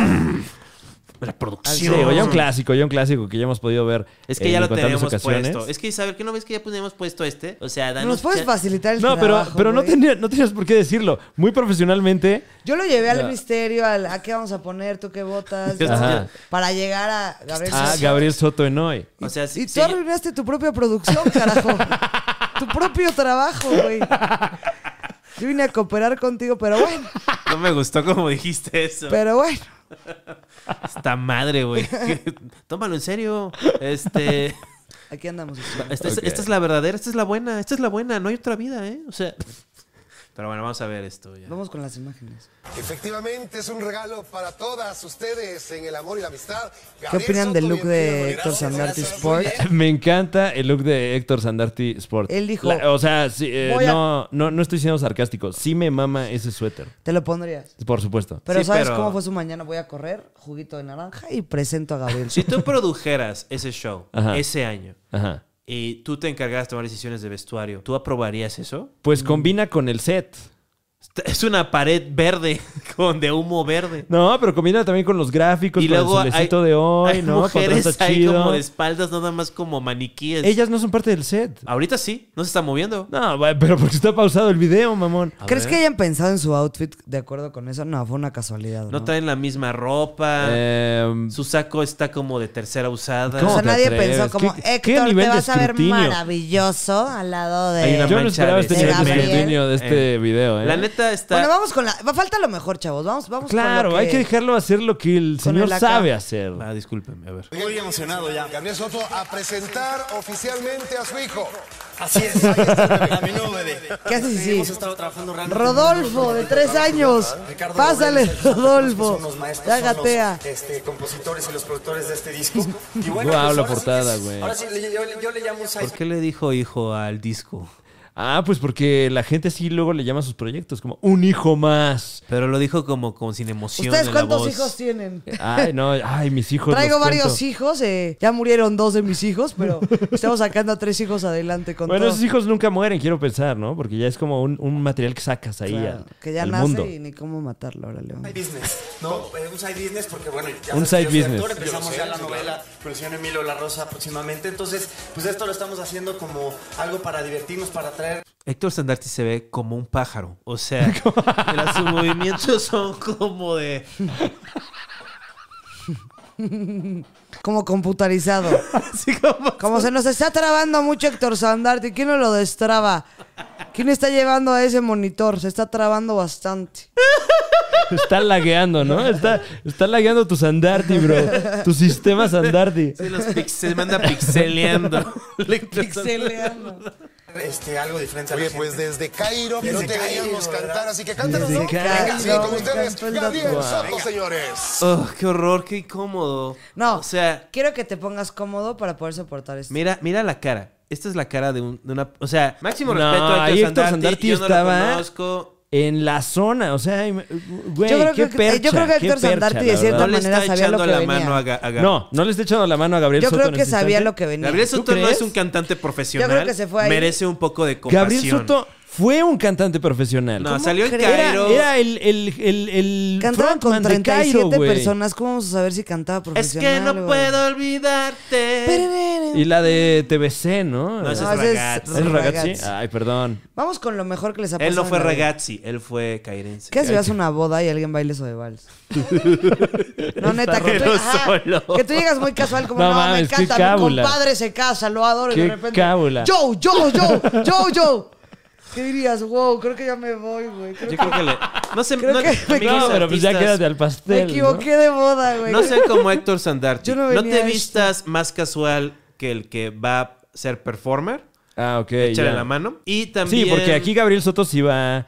Speaker 1: La
Speaker 3: Sí,
Speaker 1: producción.
Speaker 3: digo, ya un clásico, ya un clásico que ya hemos podido ver. eh,
Speaker 1: Es que
Speaker 3: en
Speaker 1: ya lo
Speaker 3: incontables
Speaker 1: tenemos
Speaker 3: ocasiones.
Speaker 1: puesto. Es que, Isabel, ¿qué no ves que ya pusimos puesto este? O sea, danos...
Speaker 2: Nos puedes
Speaker 1: cha-
Speaker 2: facilitar el
Speaker 3: No, pero,
Speaker 2: trabajo,
Speaker 3: pero no,
Speaker 2: güey?
Speaker 3: tenía- no tenías por qué decirlo. Muy profesionalmente.
Speaker 2: Yo lo llevé al
Speaker 3: No.
Speaker 2: misterio, al, a qué vamos a poner, tú qué votas,
Speaker 3: Ajá.
Speaker 2: para llegar a Gabriel.
Speaker 3: Ah,
Speaker 2: Sosa.
Speaker 3: Gabriel Soto en hoy.
Speaker 1: O sea, sí,
Speaker 2: Y
Speaker 1: sí,
Speaker 2: tú arruinaste tu propia producción, carajo. tu propio trabajo, güey. Yo vine a cooperar contigo, pero bueno,
Speaker 1: no me gustó como dijiste eso.
Speaker 2: pero bueno.
Speaker 1: Esta madre, güey. Tómalo en serio. Este...
Speaker 2: Aquí andamos.
Speaker 1: Esta, es-
Speaker 3: Ok.
Speaker 1: esta es la verdadera, esta es la buena, esta es la buena. No hay otra vida, ¿eh? O sea... Pero bueno, vamos a ver esto ya.
Speaker 2: Vamos con las imágenes.
Speaker 8: Efectivamente, es un regalo para todas ustedes en el amor y la amistad.
Speaker 2: ¿Qué opinan del look de Héctor Sandarti
Speaker 8: Sandarti
Speaker 2: Sport?
Speaker 3: Me encanta el look de Héctor Sandarti Sport.
Speaker 2: Él dijo,
Speaker 3: La- o sea, sí, eh,
Speaker 2: "Voy a-"
Speaker 3: no, no, no estoy siendo sarcástico. Sí me mama ese suéter.
Speaker 2: Te lo pondrías.
Speaker 3: Por supuesto.
Speaker 2: Pero
Speaker 1: Sí,
Speaker 2: ¿sabes
Speaker 1: pero-
Speaker 2: cómo fue su mañana? Voy a correr, juguito de naranja y presento a Gabriel.
Speaker 1: Si tú produjeras ese show
Speaker 3: Ajá.
Speaker 1: ese año
Speaker 3: Ajá.
Speaker 1: y tú te encargaras de tomar decisiones de vestuario, ¿tú aprobarías eso?
Speaker 3: Pues combina con el set.
Speaker 1: Esta- Es una pared verde con de humo verde.
Speaker 3: No, pero combina también con los gráficos,
Speaker 1: y
Speaker 3: con
Speaker 1: luego
Speaker 3: el
Speaker 1: hay,
Speaker 3: solecito de hoy,
Speaker 1: hay
Speaker 3: ¿no?
Speaker 1: mujeres
Speaker 3: Contrasta
Speaker 1: ahí
Speaker 3: chido.
Speaker 1: como de espaldas, nada más como maniquíes.
Speaker 3: Ellas no son parte del set.
Speaker 1: Ahorita sí, no se está moviendo.
Speaker 3: No, va- pero porque está pausado el video, mamón.
Speaker 2: ¿Crees
Speaker 1: ver.
Speaker 2: que hayan pensado en su outfit de acuerdo con eso? No, fue una casualidad. No,
Speaker 1: No traen la misma ropa.
Speaker 3: Eh,
Speaker 2: Em,
Speaker 1: Su saco está como de tercera usada.
Speaker 2: O
Speaker 3: ¿Cómo
Speaker 2: sea,
Speaker 3: te
Speaker 2: nadie
Speaker 3: atreves?
Speaker 2: pensó como,
Speaker 3: ¿Qué- qué
Speaker 2: Héctor,
Speaker 3: nivel
Speaker 2: te
Speaker 3: de
Speaker 2: vas a ver
Speaker 3: escrutinio?
Speaker 2: maravilloso al lado de...
Speaker 1: Hay una
Speaker 3: yo no
Speaker 1: mancha
Speaker 3: esperaba
Speaker 1: de
Speaker 3: este nivel de
Speaker 2: Gabriel.
Speaker 3: escrutinio de este
Speaker 1: Eh,
Speaker 3: video, ¿eh?
Speaker 1: La neta está.
Speaker 2: Bueno, vamos con la... va- Falta lo mejor, chavos. Vamos, vamos
Speaker 3: Claro,
Speaker 2: pues, con lo
Speaker 3: hay que dejarlo hacer lo que el señor
Speaker 2: el acá.
Speaker 3: sabe hacer.
Speaker 1: Ah, discúlpeme, a ver.
Speaker 8: Muy emocionado ya. Gabriel Soto a presentar oficialmente a su hijo.
Speaker 9: Así es. A mi nuevo bebé.
Speaker 2: ¿Qué haces así?
Speaker 9: Hemos estado trabajando realmente.
Speaker 2: Rodolfo, de tres años.
Speaker 9: Ricardo
Speaker 2: Pásale,
Speaker 9: Rodríguez, que
Speaker 2: Rodolfo.
Speaker 9: Son los maestros,
Speaker 2: Ya
Speaker 9: son los,
Speaker 2: gatea.
Speaker 9: este, compositores y los productores de este disco. Y bueno,
Speaker 3: Guau, la
Speaker 9: ahora sí
Speaker 3: portada,
Speaker 9: es-
Speaker 3: güey.
Speaker 9: Ahora sí, le- yo, yo le llamo un
Speaker 1: ¿Por qué le dijo hijo al disco?
Speaker 3: Ah, pues porque la gente sí luego le llama a sus proyectos como un hijo más.
Speaker 1: Pero lo dijo como, como sin emoción.
Speaker 2: ¿Ustedes
Speaker 1: en la
Speaker 2: cuántos
Speaker 1: voz.
Speaker 2: hijos tienen?
Speaker 3: Ay, no, ay, mis hijos.
Speaker 2: Traigo
Speaker 3: Pues los
Speaker 2: varios
Speaker 3: cuento.
Speaker 2: hijos, eh, ya murieron dos de mis hijos, pero estamos sacando a tres hijos adelante con
Speaker 3: Bueno,
Speaker 2: todo.
Speaker 3: esos hijos nunca mueren, quiero pensar, ¿no? Porque ya es como un, un material que sacas ahí
Speaker 2: Claro,
Speaker 3: al,
Speaker 2: que ya
Speaker 3: al
Speaker 2: nace
Speaker 3: mundo.
Speaker 2: y ni cómo matarlo, órale. vamos.
Speaker 9: Side business, ¿no? Eh, Un side business porque, bueno, ya
Speaker 3: Un
Speaker 9: sabes
Speaker 3: side
Speaker 9: que yo soy
Speaker 3: business.
Speaker 9: actor, empezamos ya la novela con el señor Emilio La Rosa próximamente. Entonces, pues esto lo estamos haciendo como algo para divertirnos, para traer
Speaker 1: Héctor Sandarti se ve como un pájaro. O sea, era- sus movimientos son como de.
Speaker 2: Como computarizado.
Speaker 1: Así como.
Speaker 2: Como se nos está trabando mucho Héctor Sandarte, ¿quién nos lo destraba? ¿Quién está llevando a ese monitor? Se está trabando bastante.
Speaker 3: Está lagueando, ¿no? Está, está lagueando tus Sandarti, bro. Tus sistemas Sandarti.
Speaker 1: Se, los pix- se manda pixeleando.
Speaker 2: Pixeleando.
Speaker 9: este, algo diferente a la
Speaker 8: Oye,
Speaker 9: gente.
Speaker 8: pues desde Cairo, que no
Speaker 9: Desde
Speaker 8: te
Speaker 9: Cairo,
Speaker 8: veíamos
Speaker 9: ¿verdad?
Speaker 8: cantar, así que cántanos,
Speaker 3: Desde
Speaker 8: ¿no?
Speaker 2: Cairo,
Speaker 8: Venga, sí, con
Speaker 2: me
Speaker 8: ustedes,
Speaker 2: encantó el
Speaker 8: Gabriel
Speaker 2: dato.
Speaker 8: Soto, señores.
Speaker 1: Oh, qué horror, qué incómodo.
Speaker 2: No,
Speaker 1: O sea,
Speaker 2: quiero que te pongas cómodo para poder soportar esto.
Speaker 1: mira, mira la cara. Esta es la cara de, un- de una. O sea, máximo
Speaker 3: No,
Speaker 1: respeto a
Speaker 3: ahí
Speaker 1: Héctor
Speaker 3: Héctor
Speaker 1: Sandarti.
Speaker 3: Sandarti
Speaker 1: Yo no
Speaker 3: estaba-
Speaker 1: lo conozco.
Speaker 3: En la zona, o sea, im- güey,
Speaker 2: Yo creo
Speaker 3: qué
Speaker 2: que-
Speaker 3: percha,
Speaker 2: yo creo que
Speaker 3: qué
Speaker 2: Héctor
Speaker 3: percha,
Speaker 2: Sandarti
Speaker 3: la
Speaker 2: de
Speaker 3: verdad.
Speaker 2: cierta
Speaker 1: No le
Speaker 2: manera
Speaker 1: está
Speaker 2: sabía lo
Speaker 1: echando
Speaker 2: que
Speaker 1: la
Speaker 2: venía.
Speaker 1: mano a, Ga- a Ga-
Speaker 3: No, no le está echando la mano a Gabriel
Speaker 2: Yo
Speaker 3: Soto
Speaker 2: creo
Speaker 3: en
Speaker 2: que
Speaker 3: este
Speaker 2: sabía
Speaker 3: instante.
Speaker 2: lo que venía.
Speaker 1: Gabriel
Speaker 3: ¿Tú
Speaker 1: Soto no
Speaker 3: crees?
Speaker 1: es un cantante profesional.
Speaker 2: Yo creo que se fue ahí.
Speaker 1: Merece un poco de compasión.
Speaker 3: Gabriel Soto fue un cantante profesional.
Speaker 1: No, salió en
Speaker 2: crees?
Speaker 1: Cairo.
Speaker 3: Era, era el, el, el, el
Speaker 2: Cantaban con
Speaker 3: frontman de
Speaker 2: 37
Speaker 3: Cairo, güey.
Speaker 2: personas. ¿Cómo vamos a saber si cantaba
Speaker 1: Es
Speaker 2: profesional?
Speaker 1: que no
Speaker 2: güey?
Speaker 1: puedo olvidarte.
Speaker 3: Y la de TBC, ¿no?
Speaker 1: No, ese
Speaker 2: No,
Speaker 1: es
Speaker 2: ese es
Speaker 1: ragazzi.
Speaker 3: ¿Es ragazzi?
Speaker 2: Ah,
Speaker 3: Ah.
Speaker 2: Ragazzi.
Speaker 3: Ay, perdón.
Speaker 2: Vamos con lo mejor que les ha pasado.
Speaker 1: Él no fue
Speaker 2: en la vida.
Speaker 1: ragazzi, él fue cairense.
Speaker 2: ¿Qué si vas a una boda y alguien baile eso de vals? no, neta, que Ah, tú,
Speaker 3: Pero
Speaker 2: ajá,
Speaker 3: solo.
Speaker 2: que tú llegas muy casual como,
Speaker 3: No
Speaker 2: no, me
Speaker 3: mames, qué
Speaker 2: encanta, mi
Speaker 3: cábula.
Speaker 2: compadre se casa, lo adoro, y
Speaker 3: Qué
Speaker 2: de repente,
Speaker 3: cábula.
Speaker 2: yo, yo, yo, yo, yo. ¿Qué dirías? Wow, creo que ya me voy, güey. Creo
Speaker 1: Yo
Speaker 2: que
Speaker 1: creo que le. No sé,
Speaker 2: Creo
Speaker 1: no,
Speaker 2: que-
Speaker 1: amigos
Speaker 3: No, pero pues ya
Speaker 1: artistas,
Speaker 3: quédate al pastel.
Speaker 2: me
Speaker 3: ¿no?
Speaker 2: equivoqué de boda, güey.
Speaker 1: No sé cómo Héctor Sandarti.
Speaker 2: Yo no
Speaker 1: no,
Speaker 2: venía a
Speaker 1: te
Speaker 2: esto.
Speaker 1: vistas más casual que el que va a ser performer.
Speaker 3: Ah, ok.
Speaker 1: Échale
Speaker 3: ya.
Speaker 1: la mano. Y también.
Speaker 3: Sí, porque aquí Gabriel Soto sí va.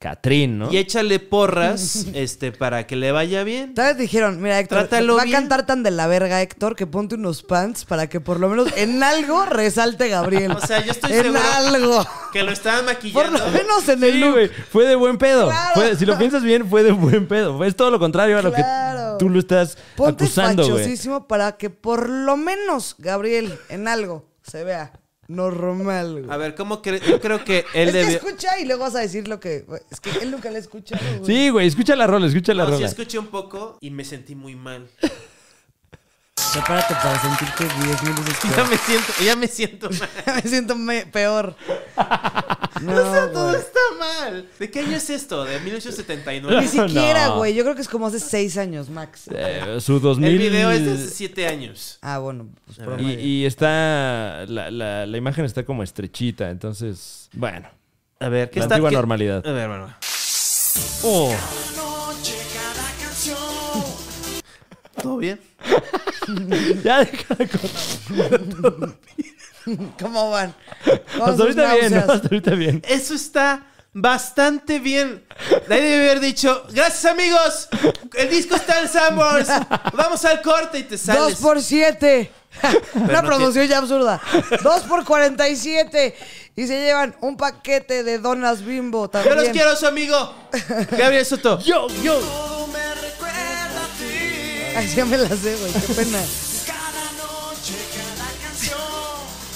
Speaker 3: Catrín, ¿no?
Speaker 1: Y échale porras este, para que le vaya bien.
Speaker 2: Tal vez dijeron, mira, Héctor,
Speaker 1: Trátalo
Speaker 2: va
Speaker 1: bien.
Speaker 2: a cantar tan de la verga, Héctor, que ponte unos pants para que por lo menos en algo resalte Gabriel.
Speaker 1: O sea, yo estoy
Speaker 2: en
Speaker 1: seguro
Speaker 2: algo.
Speaker 1: Que lo estaban
Speaker 2: Por
Speaker 1: maquillando.
Speaker 2: lo menos en el
Speaker 3: Sí,
Speaker 2: look.
Speaker 3: güey, Fue de buen pedo.
Speaker 2: Claro.
Speaker 3: Fue- si lo piensas bien, fue de buen pedo. Es todo lo contrario a lo
Speaker 2: Claro.
Speaker 3: que tú lo estás
Speaker 2: Ponte
Speaker 3: acusando, güey.
Speaker 2: fachosísimo para que por lo menos Gabriel en algo se vea normal,
Speaker 1: A
Speaker 2: güey.
Speaker 1: ver, ¿cómo crees? Yo creo que él
Speaker 2: Es que
Speaker 1: debió.
Speaker 2: escucha y luego vas a decir lo que... Es que él nunca le escucha. güey.
Speaker 3: Sí, güey, escucha la rola, escucha la
Speaker 1: No, sí
Speaker 3: rola.
Speaker 1: escuché un poco y me sentí muy mal.
Speaker 2: Prepárate para sentirte bien. no dices
Speaker 1: Ya me siento, ya me siento mal.
Speaker 2: que- Me siento me- peor. No,
Speaker 1: o sea, todo
Speaker 2: güey.
Speaker 1: está mal. ¿De qué año es esto? De 1979.
Speaker 2: Ni siquiera,
Speaker 3: No.
Speaker 2: güey. Yo creo que es como hace seis años, max.
Speaker 3: Eh, su 2000.
Speaker 1: El video es de hace 7 años.
Speaker 2: Ah, bueno. Pues,
Speaker 3: Y,
Speaker 2: promedio.
Speaker 3: y está. La, la- la imagen está como estrechita, entonces. Bueno.
Speaker 1: A ver, ¿qué
Speaker 3: La
Speaker 1: está?
Speaker 3: antigua
Speaker 1: qué-
Speaker 3: normalidad.
Speaker 1: A ver, bueno.
Speaker 3: Oh,
Speaker 1: ¿Todo bien?
Speaker 3: ya deja de contar.
Speaker 2: ¿Cómo van? ¿Cómo
Speaker 3: Hasta
Speaker 2: sus
Speaker 3: ahorita bien, ¿no?
Speaker 2: náuseas?
Speaker 3: Hasta ahorita bien.
Speaker 1: Eso está bastante bien. Nadie debe haber dicho, gracias amigos, el disco está en Sanborns. Vamos al corte y te
Speaker 2: Dos
Speaker 1: sales.
Speaker 2: por siete. Una
Speaker 1: no
Speaker 2: producción ya absurda. Dos por cuarenta y siete. Y se llevan un paquete de donas bimbo
Speaker 1: Yo
Speaker 2: también.
Speaker 1: los quiero, su amigo. Gabriel Soto.
Speaker 3: Yo, yo.
Speaker 2: Ay, ya me las sé, güey. Qué pena.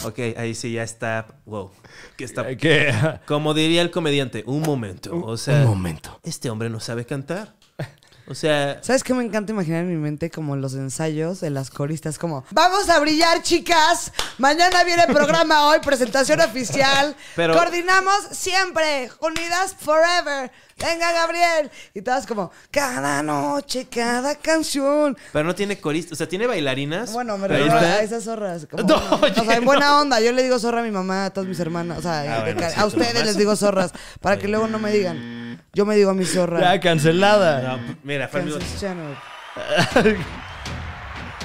Speaker 1: Ok, ahí sí ya está. Wow. ¿Qué está?
Speaker 3: ¿Qué?
Speaker 1: Como diría el comediante, un momento. O sea,
Speaker 3: Un ah, momento.
Speaker 1: Este hombre no sabe cantar. O sea,
Speaker 2: ¿Sabes qué me encanta imaginar en mi mente? Como los ensayos de las coristas, como vamos a brillar, chicas. Mañana viene el programa hoy, presentación oficial.
Speaker 1: Pero-
Speaker 2: Coordinamos siempre, unidas forever. Venga, Gabriel. Y todas como, cada noche, cada canción.
Speaker 1: pero no tiene corista. O sea, tiene bailarinas.
Speaker 2: Bueno, me
Speaker 1: pero-
Speaker 2: refiero
Speaker 3: está.
Speaker 2: a esas zorras. como,
Speaker 3: No, Ah,
Speaker 2: bueno, o
Speaker 3: oye,
Speaker 2: sea, en buena onda. Yo le digo zorra a mi mamá, a todas mis hermanas. O sea, de
Speaker 1: bueno,
Speaker 2: cara-
Speaker 1: sí,
Speaker 2: a
Speaker 1: tu
Speaker 2: ustedes
Speaker 1: mamá.
Speaker 2: les digo zorras. Para que luego no me digan. Yo me digo a mi zorra.
Speaker 3: Ya, cancelada.
Speaker 1: No, mira, fue el mismo-
Speaker 2: Francis Channel.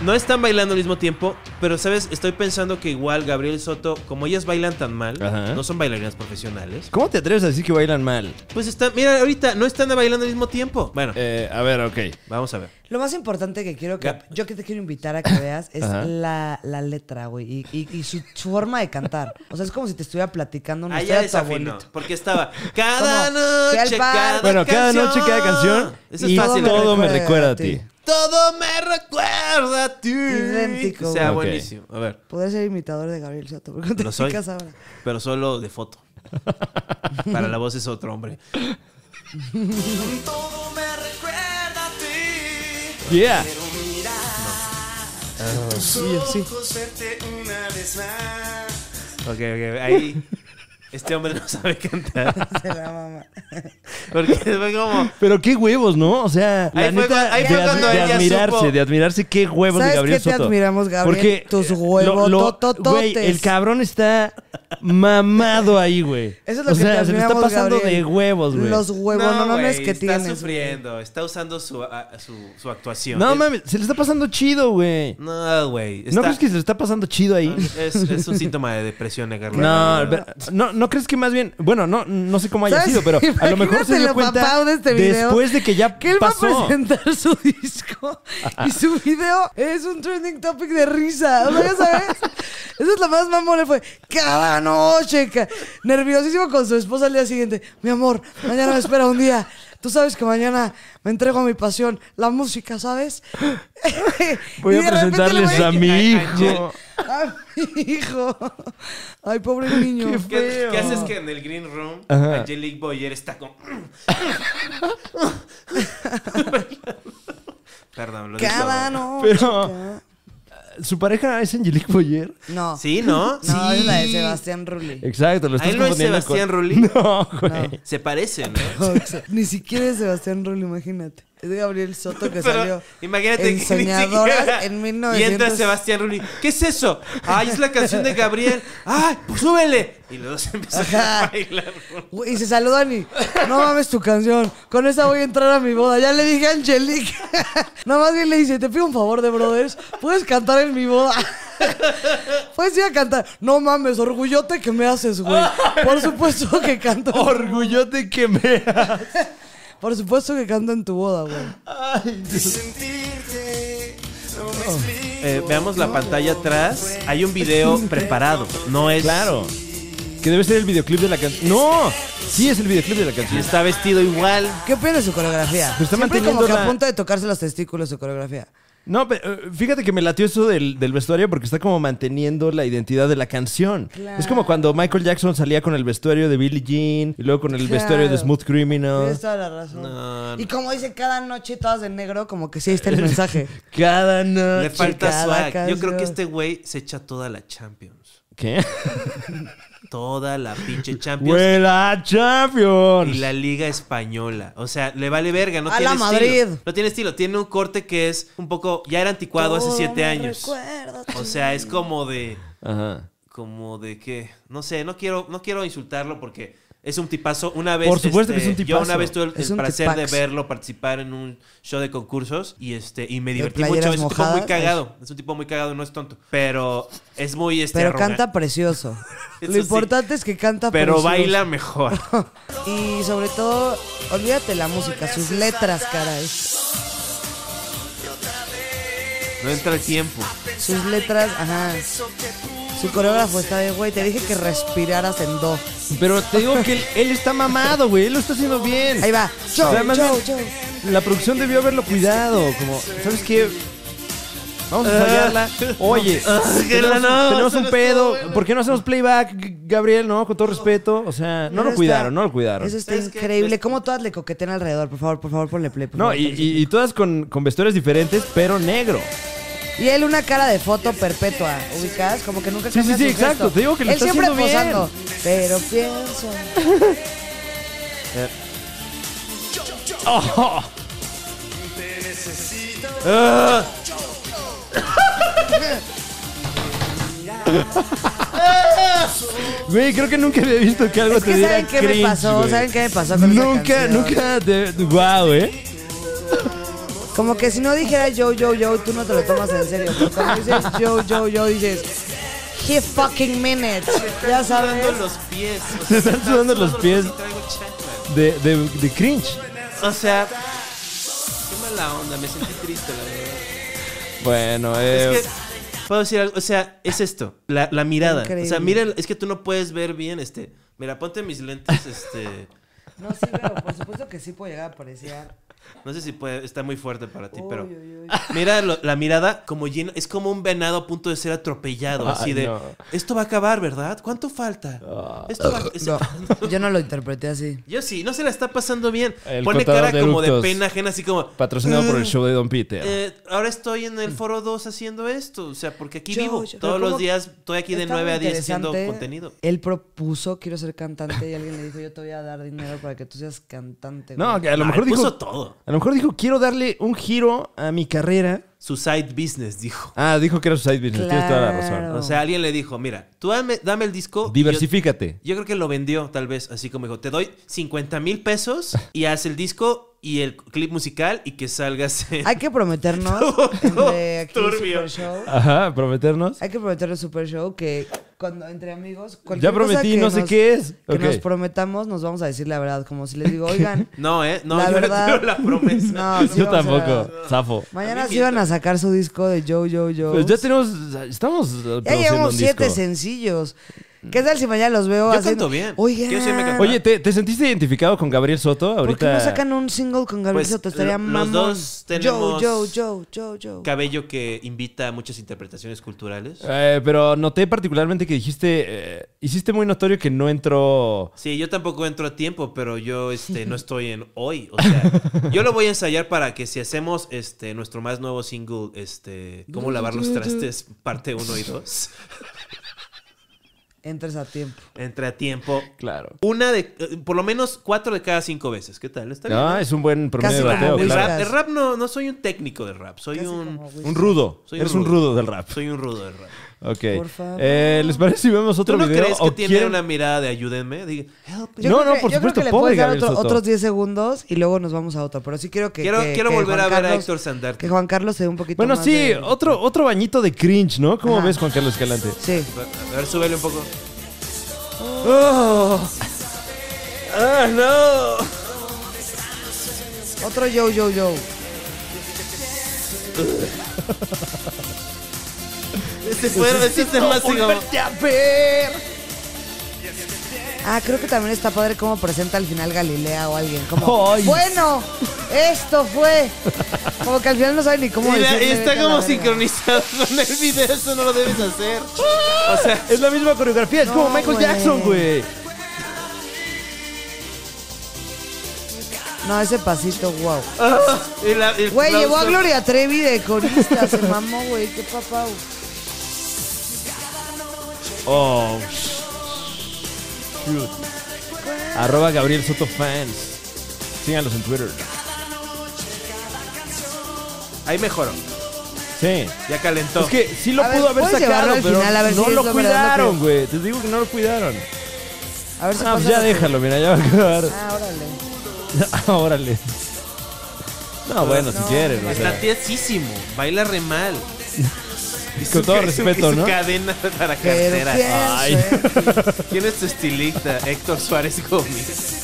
Speaker 1: No están bailando al mismo tiempo, pero sabes, estoy pensando que igual Gabriel Soto, como ellas bailan tan mal,
Speaker 3: Ajá.
Speaker 1: no son bailarinas profesionales.
Speaker 3: ¿Cómo te atreves a decir que bailan mal?
Speaker 1: Pues están, mira, ahorita no están bailando al mismo tiempo. Bueno,
Speaker 3: Eh, a ver, ok.
Speaker 1: vamos a ver.
Speaker 2: Lo más importante que quiero que.
Speaker 1: Ga-
Speaker 2: Yo que te quiero invitar a que veas es
Speaker 3: Ajá.
Speaker 2: la, la letra, güey. Y, y- y su, su forma de cantar. O sea, es como si te estuviera platicando
Speaker 3: Ah,
Speaker 2: una
Speaker 1: Ahí
Speaker 2: historia
Speaker 1: Ah, ya
Speaker 2: de tu
Speaker 1: desafinó,
Speaker 2: abuelito.
Speaker 1: porque estaba cada
Speaker 2: ¿Cómo? Fui al
Speaker 1: noche,
Speaker 2: bar.
Speaker 1: cada
Speaker 3: Bueno, cada
Speaker 1: canción.
Speaker 3: noche, cada canción.
Speaker 1: Eso
Speaker 3: y
Speaker 1: es fácil. ¿eh?
Speaker 3: todo me recuerda a ti.
Speaker 1: Todo me recuerda a ti.
Speaker 2: Idéntico,
Speaker 1: O sea,
Speaker 2: güey.
Speaker 1: buenísimo. A ver,
Speaker 2: Podría ser imitador de Gabriel Soto. ¿Por qué no te
Speaker 1: lo soy.
Speaker 2: fijas ahora?
Speaker 1: Pero solo de foto. Para la voz es otro hombre.
Speaker 9: Todo me recuerda a ti.
Speaker 3: Yeah. Ah,
Speaker 9: Quiero mirar
Speaker 2: Ah,
Speaker 9: tus ojos, verte una vez más.
Speaker 1: Ok, ok, ahí. Este hombre no sabe cantar.
Speaker 2: De la mamá.
Speaker 1: Porque fue como.
Speaker 3: Pero qué huevos, ¿no? O sea,
Speaker 1: Ahí fue cua- ahí fue
Speaker 3: de,
Speaker 1: cuando
Speaker 3: de
Speaker 1: ella
Speaker 3: admirarse,
Speaker 1: supo.
Speaker 3: de admirarse qué huevos de
Speaker 2: ¿Sabes
Speaker 3: Gabriel
Speaker 2: qué te
Speaker 3: Soto.
Speaker 2: admiramos, Gabriel? Tus
Speaker 3: eh,
Speaker 2: huevos totototes.
Speaker 3: Güey, el cabrón está mamado ahí, güey.
Speaker 2: Eso es lo
Speaker 3: o
Speaker 2: que
Speaker 3: sea,
Speaker 2: te
Speaker 3: se le está
Speaker 2: admiramos,
Speaker 3: pasando
Speaker 2: Gabriel.
Speaker 3: de huevos, güey.
Speaker 2: Los huevonones
Speaker 1: güey,
Speaker 2: que
Speaker 1: está
Speaker 2: tienes.
Speaker 1: sufriendo, está usando su, a- su, su actuación.
Speaker 3: No
Speaker 1: Es-
Speaker 3: mames, se le está pasando chido, güey.
Speaker 1: No, güey.
Speaker 3: ¿No
Speaker 1: está-
Speaker 3: crees que se le está pasando chido ahí?
Speaker 1: es, es un síntoma de depresión negarlo.
Speaker 3: No, ve- no, no crees que más bien, bueno, no, no sé cómo haya
Speaker 2: ¿Sabes?
Speaker 3: sido, pero a lo mejor
Speaker 2: Imagínate
Speaker 3: se dio
Speaker 2: lo
Speaker 3: cuenta
Speaker 2: papado de este video,
Speaker 3: después de que ya
Speaker 2: Que él va a
Speaker 3: pasó.
Speaker 2: presentar su disco y su video es un trending topic de risa. O sea, ya sabes. Eso es lo más mamón. Fue cada noche. ca- Nerviosísimo con su esposa al día siguiente. Mi amor, mañana me espera un día. Tú sabes que mañana me entrego a mi pasión, la música, ¿sabes?
Speaker 3: Voy
Speaker 2: Y
Speaker 3: a
Speaker 2: de repente le
Speaker 3: presentarles
Speaker 2: voy-
Speaker 3: a mi
Speaker 1: Ay,
Speaker 3: hijo.
Speaker 2: A mi hijo. Ay, pobre niño.
Speaker 3: Qué
Speaker 1: ¿Qué,
Speaker 3: feo.
Speaker 1: qué haces que en el Green Room
Speaker 3: Ajá.
Speaker 1: Angelique Boyer está con. Perdón, lo
Speaker 2: Cada
Speaker 1: digo.
Speaker 2: noche.
Speaker 3: Pero- ¿Su pareja es Angelique Boyer?
Speaker 2: No.
Speaker 1: Sí, ¿no?
Speaker 2: No, es la de
Speaker 3: Sí.
Speaker 2: Sebastián Rulli.
Speaker 3: Exacto, lo
Speaker 1: ¿A
Speaker 3: estás
Speaker 1: él no es
Speaker 3: confundiendo con-
Speaker 1: Sebastián Rulli?
Speaker 3: No, güey.
Speaker 1: Se parece, ¿no?
Speaker 2: Ni siquiera es Sebastián Rulli, imagínate. Es de Gabriel Soto que
Speaker 1: Pero
Speaker 2: salió.
Speaker 1: imagínate
Speaker 2: en
Speaker 1: que ni
Speaker 2: Soñadoras
Speaker 1: siquiera-
Speaker 2: en
Speaker 1: Y entra
Speaker 2: 1900.
Speaker 1: Sebastián Rulli. ¿Qué es eso? Ay, es la canción de Gabriel. Ay, pues súbele. Y los dos empiezan a
Speaker 2: Ajá.
Speaker 1: bailar.
Speaker 2: Güey, Y se saludan y no mames tu canción. Con esa voy a entrar a mi boda. Ya le dije a Angelique. no más bien le dice, te pido un favor de brothers. ¿Puedes cantar en mi boda? Puedes ir a cantar. No mames, orgullote que me haces, güey. Por supuesto que canto.
Speaker 3: Orgullote que me...
Speaker 2: Por supuesto que canto en tu boda, güey.
Speaker 9: De sentirte, no me explico.
Speaker 1: Eh, veamos la pantalla atrás. Hay un video preparado. No es.
Speaker 3: Claro. Que debe ser el videoclip de la canción. ¡No! Sí es el videoclip de la
Speaker 1: Y
Speaker 3: canción.
Speaker 1: está vestido igual.
Speaker 2: ¿Qué opinas de su coreografía?
Speaker 3: Pues está
Speaker 2: Siempre como
Speaker 3: manteniendo
Speaker 2: que a
Speaker 3: la-
Speaker 2: punto de tocarse los testículos su coreografía.
Speaker 3: No, pero eh, fíjate que me latió eso del, del vestuario porque está como manteniendo la identidad de la canción.
Speaker 2: Claro.
Speaker 3: Es como cuando Michael Jackson salía con el vestuario de Billie Jean y luego con el vestuario de
Speaker 2: Claro.
Speaker 3: Smooth Criminal.
Speaker 2: Tienes toda la razón.
Speaker 1: No, no.
Speaker 2: Y como dice cada noche todas de negro, como que sí, ahí está el mensaje.
Speaker 3: Cada
Speaker 1: Le
Speaker 3: noche.
Speaker 1: falta
Speaker 2: cada
Speaker 1: swag. Yo creo
Speaker 2: canción.
Speaker 1: que este güey se echa toda la Champions.
Speaker 3: ¿Qué?
Speaker 1: Toda la pinche Champions.
Speaker 3: ¡Vuela
Speaker 1: Y
Speaker 3: Champions!
Speaker 1: la Liga Española. O sea, le vale verga. No
Speaker 2: A
Speaker 1: tiene
Speaker 2: la
Speaker 1: estilo.
Speaker 2: Madrid.
Speaker 1: No tiene estilo. Tiene un corte que es un poco. Ya era anticuado hace
Speaker 2: Todo
Speaker 1: siete
Speaker 2: me
Speaker 1: años.
Speaker 2: recuerda a
Speaker 1: O
Speaker 2: ti.
Speaker 1: sea, es como de.
Speaker 3: Ajá.
Speaker 1: como de que no sé, no quiero no quiero insultarlo porque es un tipazo. Una vez este,
Speaker 3: Por supuesto que es un
Speaker 1: Yo
Speaker 3: tipazo.
Speaker 1: una vez tuve el,
Speaker 2: Es
Speaker 1: el
Speaker 2: un
Speaker 1: placer
Speaker 2: tipax.
Speaker 1: de verlo participar en un show de concursos y este y me divertí
Speaker 2: playeras
Speaker 1: mucho. Es un tipo muy
Speaker 2: mojadas?
Speaker 1: cagado, es un tipo muy cagado, no es tonto, pero es muy este
Speaker 2: Pero
Speaker 1: arrogante.
Speaker 2: canta precioso.
Speaker 1: Eso
Speaker 2: Lo
Speaker 1: sí.
Speaker 2: importante es que canta
Speaker 1: pero
Speaker 2: precioso.
Speaker 1: baila mejor.
Speaker 2: Y sobre todo, olvídate la música, sus letras, caray.
Speaker 1: No entra el tiempo.
Speaker 2: Sus letras, ajá. Su coreógrafo está de, güey, te dije que respiraras en do.
Speaker 3: Pero te digo que él, él está mamado, güey. Él lo está haciendo bien.
Speaker 2: Ahí va.
Speaker 3: O
Speaker 2: Show,
Speaker 3: sea, más
Speaker 2: show,
Speaker 3: bien,
Speaker 2: show.
Speaker 3: La producción debió haberlo cuidado. Como, ¿sabes qué? Vamos a ensayarla.
Speaker 2: Ah.
Speaker 3: Oye,
Speaker 1: que la
Speaker 3: tenemos,
Speaker 1: no,
Speaker 3: tenemos
Speaker 1: se
Speaker 3: un
Speaker 1: nos
Speaker 3: pedo.
Speaker 1: fue, güey.
Speaker 3: ¿Por qué no hacemos playback, G- Gabriel? No, con todo respeto. O sea, no
Speaker 2: Pero
Speaker 3: lo
Speaker 2: está-
Speaker 3: cuidaron, no lo cuidaron.
Speaker 2: Eso está
Speaker 1: ¿Sabes qué?
Speaker 2: increíble. Cómo todas le coquetean alrededor. Por favor, por favor, ponle play. por
Speaker 3: No,
Speaker 2: favor,
Speaker 3: y,
Speaker 2: ponle
Speaker 3: y- y todas con, con vestuarios diferentes, pero negro.
Speaker 2: Y él una cara de foto perpetua, ubicadas, como que nunca
Speaker 3: Sí,
Speaker 2: cambia
Speaker 3: sí, sí,
Speaker 2: su gesto.
Speaker 3: exacto, te digo que lo
Speaker 2: Él
Speaker 3: está
Speaker 2: siempre
Speaker 3: haciendo bien.
Speaker 2: posando. Pero pienso.
Speaker 3: Güey, creo que nunca había visto que algo
Speaker 2: Es
Speaker 3: te
Speaker 2: que
Speaker 3: diera
Speaker 2: saben qué
Speaker 3: cringe,
Speaker 2: me pasó,
Speaker 3: güey.
Speaker 2: saben qué me pasó con esa
Speaker 3: Nunca,
Speaker 2: canción?
Speaker 3: nunca. Te, wow, eh.
Speaker 2: Como que si no dijera yo, yo, yo, tú no te lo tomas en serio. Pero cuando dices yo, yo, yo, dices, he fucking minute. Ya sabes.
Speaker 1: sudando los pies. o sea,
Speaker 3: Se están sudando los pies.
Speaker 1: y traigo chanclas.
Speaker 3: De, de, de cringe.
Speaker 1: O sea, qué mala onda, me sentí triste, la verdad.
Speaker 3: Bueno, eh,
Speaker 1: Es que, puedo decir algo, o sea, es esto, la, la mirada. O sea,
Speaker 2: Increíble.
Speaker 1: miren, es que tú no puedes ver bien, este, mira, ponte mis lentes, este,
Speaker 2: No, sí, pero por supuesto que sí puedo llegar a apreciar.
Speaker 1: no sé si puede, está muy fuerte para ti, pero
Speaker 2: Uy, uy, uy.
Speaker 1: mira lo- la mirada como llena, es como un venado a punto de ser atropellado, así
Speaker 3: Ay,
Speaker 1: de,
Speaker 3: no. Ah.
Speaker 1: esto va a acabar, ¿verdad? ¿Cuánto falta? Esto va- es-
Speaker 2: No, yo no lo interpreté así.
Speaker 1: Yo sí, no se la está pasando bien.
Speaker 3: El
Speaker 1: Pone
Speaker 3: contador
Speaker 1: cara
Speaker 3: de
Speaker 1: como de
Speaker 3: eructos.
Speaker 1: pena ajena, así como,
Speaker 3: patrocinado por el show de Don Peter.
Speaker 1: eh, ahora estoy en el foro 2 haciendo esto, o sea, porque aquí
Speaker 2: Yo-
Speaker 1: vivo,
Speaker 2: yo-
Speaker 1: todos
Speaker 2: pero
Speaker 1: los
Speaker 2: ¿cómo?
Speaker 1: días, estoy aquí de
Speaker 2: Está
Speaker 1: 9 a 10 haciendo
Speaker 2: interesante.
Speaker 1: contenido.
Speaker 2: Él propuso, quiero ser cantante, y alguien le dijo, yo te voy a dar dinero para que tú seas cantante.
Speaker 3: no,
Speaker 2: güey".
Speaker 3: que a lo
Speaker 1: Ah,
Speaker 3: mejor
Speaker 1: él
Speaker 3: dijo.
Speaker 1: puso todo.
Speaker 3: A lo mejor dijo, quiero darle un giro a mi carrera.
Speaker 1: Su side business dijo.
Speaker 3: Ah, dijo que era su side business. Tienes toda la
Speaker 2: Claro.
Speaker 3: razón.
Speaker 1: O sea, alguien le dijo, mira, tú dame, dame el disco. y yo-
Speaker 3: Diversifícate.
Speaker 1: Yo, creo que lo vendió, tal vez, así como dijo, te doy 50 mil pesos y haz el disco y el clip musical y que salgas en-
Speaker 2: Hay que prometernos
Speaker 1: No,
Speaker 2: de aquí en
Speaker 1: turbio.
Speaker 2: Super Show.
Speaker 3: Ajá, prometernos.
Speaker 2: Hay que prometerle al Super Show que cuando entre amigos.
Speaker 3: Ya
Speaker 2: cualquier cosa
Speaker 3: prometí,
Speaker 2: que
Speaker 3: no sé
Speaker 2: nos-
Speaker 3: qué es.
Speaker 2: Que
Speaker 3: Ok.
Speaker 2: nos prometamos, nos vamos a decir la verdad. Como si les digo, oigan.
Speaker 1: No, ¿eh? No,
Speaker 2: La
Speaker 1: yo
Speaker 2: verdad-
Speaker 1: no tengo la promesa.
Speaker 2: No, sí
Speaker 3: Yo
Speaker 2: vamos a ver.
Speaker 3: tampoco. Zafo.
Speaker 1: A
Speaker 2: Mañana
Speaker 1: mí
Speaker 2: sí van a sacar su disco de Yo, Yo, Yo.
Speaker 3: Pues ya tenemos. Estamos. eh,
Speaker 2: Ya
Speaker 3: produciendo
Speaker 2: llevamos
Speaker 3: un
Speaker 2: siete
Speaker 3: disco.
Speaker 2: sencillos. ¿Qué tal si mañana los veo
Speaker 1: Yo
Speaker 2: haciendo?
Speaker 1: canto bien.
Speaker 2: Oigan,
Speaker 1: Yo sí me canto.
Speaker 3: Oye, ¿te, te sentiste identificado con Gabriel Soto ahorita?
Speaker 2: ¿por qué no sacan un single con Gabriel
Speaker 1: Pues,
Speaker 2: Soto? Estaría
Speaker 1: lo- los
Speaker 2: mamón.
Speaker 1: dos tenemos-
Speaker 2: Yo, yo, yo, yo, yo.
Speaker 1: Cabello que invita a muchas interpretaciones culturales.
Speaker 3: Eh, pero noté particularmente que dijiste, eh, hiciste muy notorio que no entró...
Speaker 1: Sí, yo tampoco entro a tiempo, pero yo este, no estoy en hoy. O sea, yo lo voy a ensayar para que si hacemos este, nuestro más nuevo single, este, Cómo lavar los trastes, parte 1 y 2,
Speaker 2: Entres a tiempo.
Speaker 1: entre a tiempo.
Speaker 3: Claro.
Speaker 1: Una de, eh, por lo menos cuatro de cada cinco veces. ¿Qué tal? ¿Está bien?
Speaker 3: No, es un buen promedio
Speaker 2: Casi
Speaker 3: de
Speaker 2: como
Speaker 3: bateo,
Speaker 1: el,
Speaker 2: Whiskas.
Speaker 3: claro.
Speaker 1: rap, el rap no, no soy un técnico del rap, soy
Speaker 2: Casi
Speaker 1: un...
Speaker 2: como Wisin.
Speaker 3: Un rudo.
Speaker 1: Soy
Speaker 3: Eres un rudo del rap.
Speaker 1: Soy un rudo del rap.
Speaker 3: Ok.
Speaker 2: Por favor.
Speaker 3: Eh, ¿Les parece si vemos
Speaker 1: ¿Tú
Speaker 3: otro
Speaker 1: no
Speaker 3: video?
Speaker 1: crees que
Speaker 3: ¿O
Speaker 1: tiene
Speaker 3: quieren-
Speaker 1: una mirada de ayúdenme? Diga, "Help me"?
Speaker 2: Yo
Speaker 3: No,
Speaker 2: creo
Speaker 3: no,
Speaker 2: que-
Speaker 3: por
Speaker 2: yo creo
Speaker 3: supuesto,
Speaker 2: que le
Speaker 3: pobre
Speaker 2: puedes dar
Speaker 3: Gabriel
Speaker 2: otro-
Speaker 3: Soto.
Speaker 2: otros 10 segundos y luego nos vamos a otro. Pero sí quiero que.
Speaker 1: Quiero-
Speaker 2: que-
Speaker 1: quiero
Speaker 2: que
Speaker 1: volver
Speaker 2: Juan
Speaker 1: a ver a
Speaker 2: Carlos-
Speaker 1: Héctor Sandarte.
Speaker 2: Que Juan Carlos se dé un poquito
Speaker 3: Bueno,
Speaker 2: más
Speaker 3: sí,
Speaker 2: de-
Speaker 3: otro, otro bañito de cringe, ¿no? ¿Cómo
Speaker 2: Ajá.
Speaker 3: ves, Juan Carlos Escalante?
Speaker 2: Sí.
Speaker 1: A ver, súbele un poco.
Speaker 3: ¡Oh! ¡Ah, no!
Speaker 2: Otro yo, yo, yo.
Speaker 1: Este fue este es más
Speaker 3: ¡Oh,
Speaker 1: como...
Speaker 2: Ah, creo que también está padre cómo presenta al final Galilea o alguien. Como,
Speaker 3: ¡Ay!
Speaker 2: bueno, esto fue. Como que al final no sabe ni cómo
Speaker 1: Mira,
Speaker 2: decirle,
Speaker 1: está
Speaker 2: "Vete a la
Speaker 1: como
Speaker 2: verga".
Speaker 1: sincronizado con el video, eso no lo debes hacer. O sea,
Speaker 3: Es la misma coreografía, es como
Speaker 2: No,
Speaker 3: Michael
Speaker 2: güey.
Speaker 3: Jackson, güey.
Speaker 2: No, ese pasito, wow.
Speaker 1: y la- el
Speaker 2: Güey, llevó a
Speaker 1: aplauso.
Speaker 2: Gloria Trevi de corista. se mamó, güey. Qué papá.
Speaker 3: Oh. Shoot. Arroba Gabriel Soto fans. Síganlos en Twitter.
Speaker 1: Ahí mejoró,
Speaker 3: Sí.
Speaker 1: ya calentó.
Speaker 3: Es que sí lo
Speaker 2: A ver,
Speaker 3: pudo haber
Speaker 2: ¿puedes
Speaker 3: sacado,
Speaker 2: llevarlo al
Speaker 3: pero
Speaker 2: final? A ver
Speaker 3: no
Speaker 2: si es
Speaker 3: lo
Speaker 2: lo verdad lo
Speaker 3: cuidaron,
Speaker 2: que-
Speaker 3: güey. Te digo que no lo cuidaron.
Speaker 2: A ver si
Speaker 3: Ah, pues
Speaker 2: pasa
Speaker 3: ya
Speaker 2: la-
Speaker 3: déjalo, mira, ya va a quedar.
Speaker 2: Ah, órale.
Speaker 3: Órale. No, bueno, si quieren. o
Speaker 1: Está
Speaker 3: sea,
Speaker 1: tiesísimo, baila re mal. Y
Speaker 3: Con todo
Speaker 1: ca- y y
Speaker 3: respeto,
Speaker 1: su
Speaker 3: ¿no?
Speaker 1: cadena para
Speaker 2: Pero
Speaker 1: cartera.
Speaker 2: pienso
Speaker 3: Ay.
Speaker 2: en ti.
Speaker 1: ¿Quién es tu estilista? Héctor Suárez Gómez.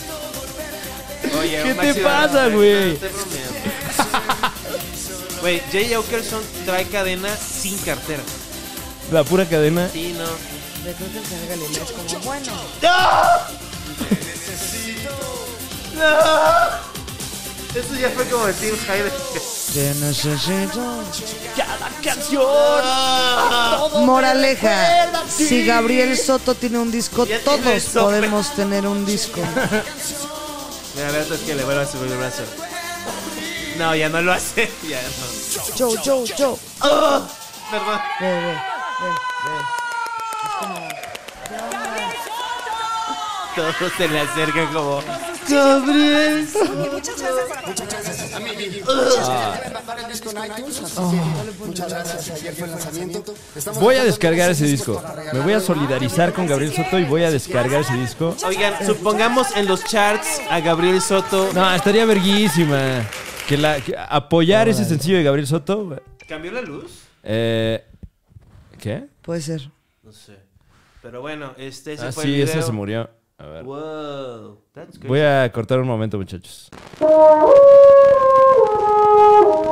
Speaker 1: Oye,
Speaker 3: ¿Qué
Speaker 1: Maxi
Speaker 3: te
Speaker 1: Barrera,
Speaker 3: pasa,
Speaker 1: no,
Speaker 3: güey?
Speaker 1: no estoy bromeando. Güey, Jay Okerson trae cadena sin cartera.
Speaker 3: la pura cadena.
Speaker 1: Sí, no.
Speaker 2: Yo creo que el señor Galilea es como, bueno.
Speaker 1: Eso ya fue como decir Jaime.
Speaker 2: Te necesito.
Speaker 3: ¡Cada canción!
Speaker 2: Moraleja, si Gabriel Soto tiene un disco,
Speaker 1: Ya tiene el
Speaker 2: todos
Speaker 1: sope.
Speaker 2: podemos tener un disco.
Speaker 1: Mira, a ver, es que le vuelvo a subir el brazo. No, ya no lo hace. Ya no.
Speaker 2: Yo, yo, yo.
Speaker 1: Perdón.
Speaker 2: Ve, ve, ve, ve.
Speaker 1: Todos se le acercan como. ¡Gabriel!
Speaker 8: Muchas gracias. Ayer fue el lanzamiento. Estamos
Speaker 3: Voy a
Speaker 8: lanzando
Speaker 3: descargar
Speaker 8: nuevos
Speaker 3: ese
Speaker 8: discos
Speaker 3: disco.
Speaker 8: para
Speaker 3: Me
Speaker 8: regalar.
Speaker 3: voy a solidarizar con Gabriel Soto y voy a descargar ese disco.
Speaker 1: Oigan, supongamos en los charts a Gabriel Soto.
Speaker 3: No, estaría verguísima. Que la, que apoyar ese sencillo de Gabriel Soto.
Speaker 1: ¿Cambió la luz?
Speaker 3: eh, ¿Qué?
Speaker 2: Puede ser.
Speaker 1: No sé. Pero bueno, este ese
Speaker 3: Ah,
Speaker 1: fue
Speaker 3: sí,
Speaker 1: el
Speaker 3: ese
Speaker 1: video.
Speaker 3: se murió. A ver.
Speaker 1: Wow. That's
Speaker 3: Voy a cortar un momento, muchachos.